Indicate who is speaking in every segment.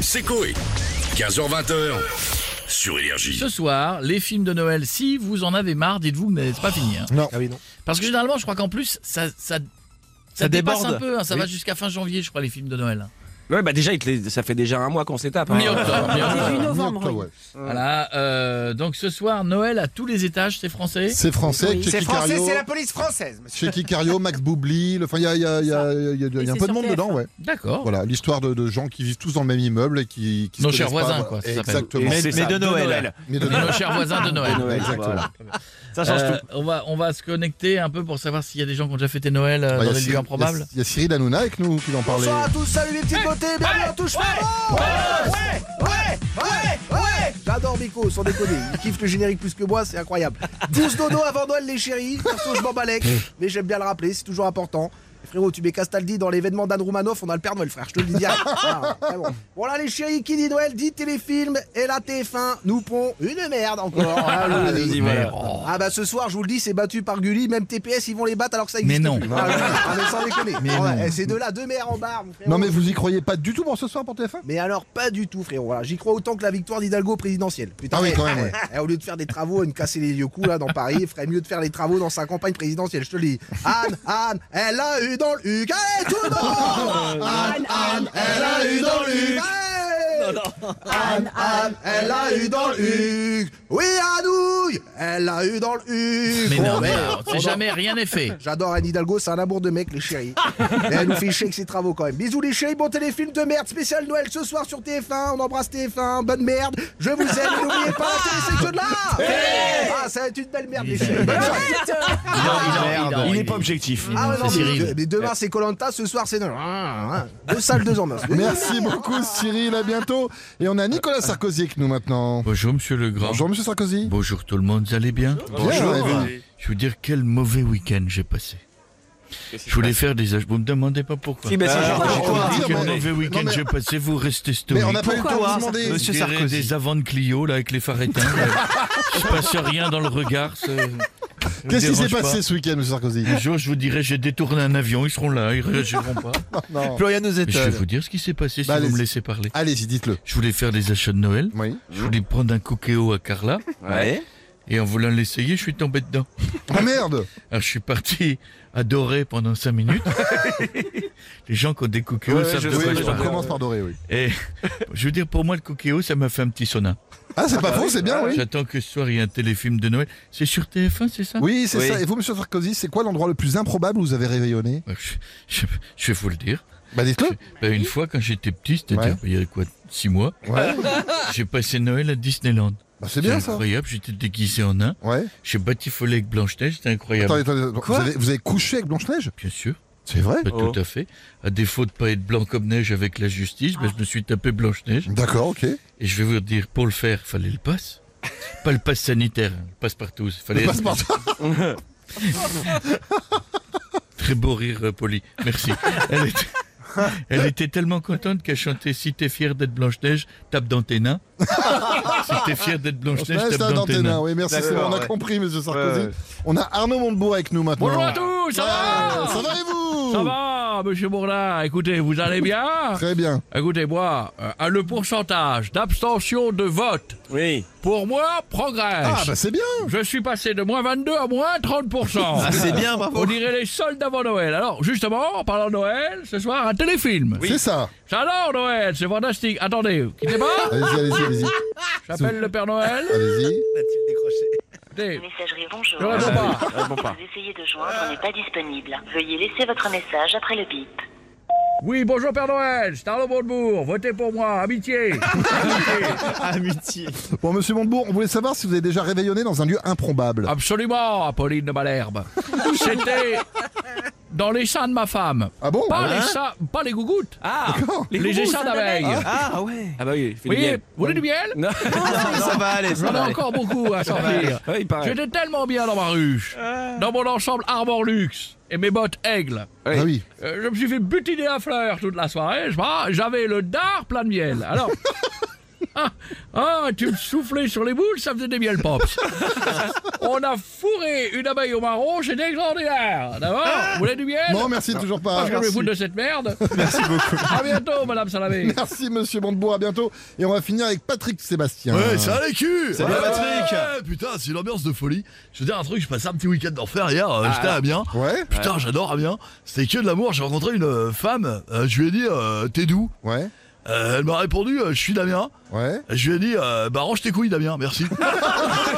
Speaker 1: c'est Coé. 15h20 sur Énergie.
Speaker 2: Ce soir, les films de Noël, si vous en avez marre, dites-vous que vous n'êtes pas fini. hein.
Speaker 3: Ah oui, non.
Speaker 2: Parce que généralement, je crois qu'en plus, ça, ça, ça,
Speaker 3: Ça
Speaker 2: dépasse
Speaker 3: déborde.
Speaker 2: un peu. hein. Ça
Speaker 3: Oui.
Speaker 2: va jusqu'à fin janvier, je crois, les films de Noël.
Speaker 3: Ouais, bah déjà, il te les- ça fait déjà un mois qu'on s'étape. hein.
Speaker 2: Mi-octobre, mi-octobre.
Speaker 4: Début novembre. oui.
Speaker 2: Voilà. euh, donc ce soir, Noël à tous les étages, c'est français.
Speaker 5: C'est français, avec
Speaker 6: C'est
Speaker 5: Cheikh
Speaker 6: français,
Speaker 5: Icario,
Speaker 6: c'est la police française, monsieur.
Speaker 5: Cheikh Icario, Max Boubli, le- enfin il y a, il y a- il y a- il y a- il y a
Speaker 4: Et
Speaker 5: un
Speaker 4: c'est
Speaker 5: peu de
Speaker 4: sur
Speaker 5: monde
Speaker 4: TF1.
Speaker 5: dedans, ouais.
Speaker 2: D'accord.
Speaker 5: Voilà, l'histoire de, de gens qui vivent tous dans le même immeuble et qui, qui se
Speaker 2: Nos chers
Speaker 5: connaissent pas,
Speaker 2: voisins, quoi, ça s'appelle.
Speaker 5: Exactement.
Speaker 3: Et c'est ça, de Noël.
Speaker 5: Mais de-
Speaker 2: On est nos chers voisins de Noël.
Speaker 3: De Noël,
Speaker 5: Exactement.
Speaker 3: voilà. Ça change
Speaker 2: Euh,
Speaker 3: tout.
Speaker 2: on, va, on va se connecter un peu pour savoir s'il y a des gens qui ont déjà fêté Noël euh,
Speaker 5: Bah, il y a
Speaker 2: dans des
Speaker 5: Cyril-
Speaker 2: lieux improbables.
Speaker 5: Il y a Cyril Hanouna avec nous qui en parlait.
Speaker 6: Bonsoir à tous, salut les petites beautés, bienvenue à Touche pas bon. Ouais, ouais, ouais, ouais J'adore Miko, sans déconner, il kiffe le générique plus que moi, c'est incroyable. Pousse dodo avant Noël les chéris, perso je m'en balèque, mais j'aime bien le rappeler, c'est toujours important. Et Frérot, tu mets Castaldi dans l'événement d'Anne Roumanoff, on a le Père Noël, frère, je te le dis direct. Ah, vraiment. Bon, là, les chéris, qui dit Noël, dit téléfilm, et la TF1 nous pond une merde encore. Ah, je vous le
Speaker 3: Vas-y,
Speaker 6: dis.
Speaker 3: voilà.
Speaker 6: Ah bah ce soir, je vous le dis, c'est battu par Gulli, même TPS, ils vont les battre alors que ça existe.
Speaker 2: Mais non.
Speaker 6: plus. Ah, je vous le dis, ah, mais sans déconner. Ah ouais, eh, c'est de là deux mères en barre. mon frérot.
Speaker 5: Non mais vous y croyez pas du tout pour ce soir pour TF1
Speaker 6: Mais alors pas du tout, frérot. Voilà, j'y crois autant que la victoire d'Hidalgo présidentielle. Putain,
Speaker 5: Ah oui,
Speaker 6: eh,
Speaker 5: quand même, ouais.
Speaker 6: eh, au lieu de faire des travaux à nous casser les yeux coups là dans Paris, il ferait mieux de faire les travaux dans sa campagne présidentielle. Je te le dis. Anne, Anne, elle a eu dans le huc. Allez, tout le monde Anne, Anne, elle a eu dans le huc. Hey Eh, Anne, Anne, elle a eu dans le huc. Oui, Anouille, elle a eu dans le huc.
Speaker 2: Mais non,
Speaker 6: Oh,
Speaker 2: mais
Speaker 6: merde.
Speaker 2: alors, c'est jamais rien n'est fait.
Speaker 6: J'adore Anne Hidalgo, c'est un amour de mec, les chéris. Et elle nous fait chier avec ses travaux quand même. Bisous les chéris, bon téléfilm de merde, spécial Noël ce soir sur TF1. On embrasse TF1, bonne merde. Je vous aime, et n'oubliez pas, la télé, c'est que de là Ah, ça va être une belle merde, les chéris. Bonne chance.
Speaker 3: Il est pas objectif.
Speaker 6: Ah, ouais, non,
Speaker 2: c'est
Speaker 6: mais,
Speaker 2: Cyril.
Speaker 6: de- mais demain c'est Colanta, ce soir c'est Noël. Ah, ah. Deux salles, deux ambiances.
Speaker 5: Merci beaucoup Cyril, à bientôt. Et on a Nicolas Sarkozy avec nous maintenant.
Speaker 2: Bonjour, monsieur Legrand.
Speaker 5: Bonjour Monsieur Sarkozy.
Speaker 2: Bonjour tout le monde, vous allez bien
Speaker 5: Bonjour.
Speaker 2: Je veux dire, quel mauvais week-end j'ai passé. Je voulais faire des... Vous me demandez pas pourquoi.
Speaker 3: Si, bah, c'est genre-
Speaker 5: Ah,
Speaker 2: Je vous dis
Speaker 5: mais-
Speaker 2: quel mauvais week-end
Speaker 5: mais-
Speaker 2: j'ai passé, vous restez stoïque.
Speaker 5: Mais on n'a pas eu le temps de vous demander.
Speaker 3: Monsieur
Speaker 2: Je dirais
Speaker 3: Sarkozy.
Speaker 2: des avants de Clio, là, avec les phares éteints. Je passe rien dans le regard. ça- ça me
Speaker 5: Qu'est-ce qui s'est
Speaker 2: dérange pas.
Speaker 5: passé ce week-end Monsieur Sarkozy
Speaker 2: Un jour, je vous dirais, j'ai détourné un avion, ils seront là, ils réagiront pas.
Speaker 5: Non.
Speaker 3: Plus rien nous
Speaker 2: Mais je vais vous dire ce qui s'est passé si
Speaker 5: Bah,
Speaker 2: vous me
Speaker 5: allez-y.
Speaker 2: laissez parler.
Speaker 5: Allez-y, dites-le.
Speaker 2: Je voulais faire des achats de Noël.
Speaker 5: Oui.
Speaker 2: Je voulais prendre un coquéo à Carla.
Speaker 3: Ouais.
Speaker 2: Et en voulant l'essayer, je suis tombé dedans.
Speaker 5: Ah merde
Speaker 2: Alors, je suis parti adorer pendant 5 minutes. Les gens qui ont des coquéos
Speaker 3: Ouais, ouais,
Speaker 2: savent
Speaker 3: je
Speaker 2: de
Speaker 3: sais,
Speaker 2: quoi
Speaker 5: Oui,
Speaker 2: je
Speaker 5: on
Speaker 3: j'en
Speaker 2: parle.
Speaker 3: connais.
Speaker 5: commence par Doré, oui.
Speaker 2: Et je veux dire, pour moi, le coquéo, ça m'a fait un petit sauna.
Speaker 5: Ah, c'est pas faux, c'est bien, oui.
Speaker 2: J'attends que ce soir, il y ait un téléfilm de Noël. C'est sur TF1, c'est ça
Speaker 5: Oui, c'est
Speaker 3: Oui.
Speaker 5: ça. Et vous, monsieur Sarkozy, c'est quoi l'endroit le plus improbable où vous avez réveillonné
Speaker 2: Euh, Je, je- je vais vous le dire.
Speaker 5: Bah, dites-le.
Speaker 2: Ben, une fois, quand j'étais petit,
Speaker 5: Ouais.
Speaker 2: c'est-à-dire, il y a quoi, 6 mois,
Speaker 5: Ouais.
Speaker 2: j'ai passé Noël à Disneyland.
Speaker 5: Bah, c'est bien ça.
Speaker 2: incroyable, j'étais déguisé en nain.
Speaker 5: Ouais.
Speaker 2: J'ai batifolé avec Blanche-Neige, c'était incroyable.
Speaker 5: Attendez, attendez, attendez. Vous
Speaker 3: Quoi
Speaker 5: avez, vous avez couché avec Blanche-Neige
Speaker 2: Bien sûr,
Speaker 5: C'est vrai
Speaker 2: bah,
Speaker 3: Oh.
Speaker 2: tout à fait. À défaut de pas être blanc comme neige avec la justice,
Speaker 5: Ah.
Speaker 2: bah, je me suis tapé Blanche-Neige.
Speaker 5: D'accord, ok.
Speaker 2: Et je vais vous dire, pour le faire, fallait le passe. Pas le passe sanitaire, hein, le passe partout. Fallait
Speaker 5: Le passeport.
Speaker 2: Très beau rire euh, poli, merci. Elle était, elle était tellement contente qu'elle chantait Si t'es fière d'être Blanche-Neige, tape dans tes nains. si t'es fière d'être
Speaker 5: Ouais,
Speaker 2: Blanche-Neige,
Speaker 5: c'est
Speaker 2: tape
Speaker 5: un
Speaker 2: dans tes
Speaker 5: antenna,
Speaker 2: nains.
Speaker 5: hein. oui, merci. c'est bon,
Speaker 3: D'accord,
Speaker 5: on a
Speaker 3: ouais.
Speaker 5: compris, monsieur Sarkozy.
Speaker 3: Ouais, ouais.
Speaker 5: On a Arnaud Montebourg avec nous maintenant.
Speaker 2: Bonjour à tous, ça
Speaker 5: Ouais,
Speaker 2: va
Speaker 5: Ça va et vous
Speaker 2: Ça va, monsieur Bourla Écoutez, vous allez bien
Speaker 5: Très bien.
Speaker 2: Écoutez-moi, euh, le pourcentage d'abstention de vote,
Speaker 3: Oui.
Speaker 2: pour moi, progresse.
Speaker 5: Ah, bah c'est bien
Speaker 2: Je suis passé de moins 22 à moins 30%.
Speaker 5: Ah,
Speaker 3: C'est bien, bravo.
Speaker 2: On dirait les soldes avant Noël. Alors, justement, en parlant de Noël, ce soir, un téléfilm.
Speaker 5: C'est ça.
Speaker 2: J'adore Noël, c'est fantastique. Attendez, quittez pas,
Speaker 5: Allez-y, allez-y, allez-y.
Speaker 2: j'appelle le Père Noël.
Speaker 5: Allez-y.
Speaker 2: Écoutez,
Speaker 7: Messagerie bonjour.
Speaker 2: je réponds pas.
Speaker 3: bon, pas.
Speaker 7: Vous essayez de joindre n'est pas disponible. Veuillez laisser votre message après le bip.
Speaker 2: Oui, bonjour Père Noël, c'est Arnaud Montebourg, votez pour moi, amitié.
Speaker 3: Amitié.
Speaker 5: Bon, monsieur Montebourg, on voulait savoir si vous avez déjà réveillonné dans un lieu improbable.
Speaker 2: Absolument, Apolline de Malherbe. C'était dans les seins de ma femme.
Speaker 5: Ah bon
Speaker 2: Pas, les, seins, pas les gougouttes,
Speaker 3: Ah,
Speaker 2: les, essaims d'abeille.
Speaker 3: Ah, ouais. Ah, bah oui,
Speaker 2: Vous voyez, vous voulez du miel
Speaker 3: Non, ça va aller, ça
Speaker 2: J'en
Speaker 3: va
Speaker 2: ai
Speaker 3: aller.
Speaker 2: encore beaucoup à sortir.
Speaker 3: Ouais, il paraît.
Speaker 2: J'étais tellement bien dans ma ruche, dans mon ensemble Armor Luxe et mes bottes Aigle.
Speaker 5: Ah oui.
Speaker 2: Euh, je me suis fait butiner à fleurs toute la soirée, je vois, j'avais le dard plein de miel. Alors,
Speaker 4: Ah, tu me soufflais sur les boules, ça faisait des miel pops. On a fourré une abeille au marron, c'était extraordinaire. D'abord, vous voulez du miel
Speaker 5: Non, merci, toujours pas.
Speaker 4: Parce que je vais foutre de cette merde.
Speaker 3: Merci beaucoup.
Speaker 4: À bientôt, madame Salamé.
Speaker 5: Merci, monsieur Montebourg, à bientôt. Et on va finir avec Patrick Sébastien.
Speaker 8: Ouais, ça a les culs
Speaker 3: Euh, Salut,
Speaker 8: Ouais,
Speaker 3: Patrick.
Speaker 8: ouais, Putain, c'est une ambiance de folie. Je veux dire un truc, je passais un petit week-end d'enfer hier,
Speaker 3: Ah.
Speaker 8: euh, j'étais à Amiens.
Speaker 5: Ouais,
Speaker 8: Putain, j'adore Amiens. C'était que de l'amour, j'ai rencontré une euh, femme, euh, je lui ai dit, euh, t'es d'où
Speaker 5: ouais,
Speaker 8: Euh, Elle m'a répondu, euh, je suis d'Amiens.
Speaker 5: ouais.
Speaker 8: Je lui ai dit, euh, bah range tes couilles Damien, merci.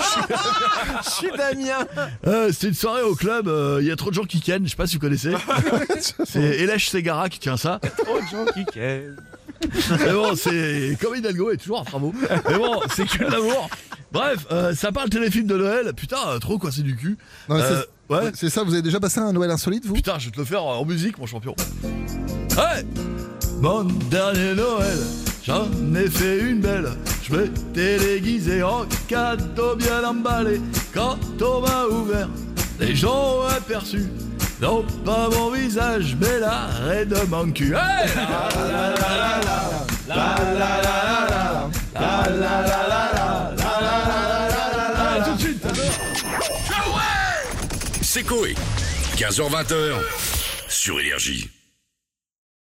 Speaker 3: Je suis Damien.
Speaker 8: Euh, C'était une soirée au club, euh, il y a trop de gens qui kennent, je sais pas si vous connaissez. c'est Elèche Segara qui tient ça.
Speaker 3: Trop de gens qui quittent.
Speaker 8: Mais bon, c'est comme Hidalgo est toujours en travaux. Mais bon, c'est que de l'amour. Bref, euh, ça parle téléfilm de Noël. Putain, euh, trop quoi, c'est du cul.
Speaker 5: Non, mais
Speaker 8: Euh,
Speaker 5: c'est-
Speaker 8: ouais.
Speaker 5: C'est ça, vous avez déjà passé un Noël insolite, vous
Speaker 8: Putain, je vais te le faire en musique, mon champion. Ouais Mon dernier Noël, j'en ai fait une belle. Je m'étais déguisé en cadeau bien emballé. Quand on m'a ouvert, les gens ont aperçu. Non, pas mon visage, mais la raie de mon cul. Hey
Speaker 1: C'est Coé. 15h20 sur Énergie.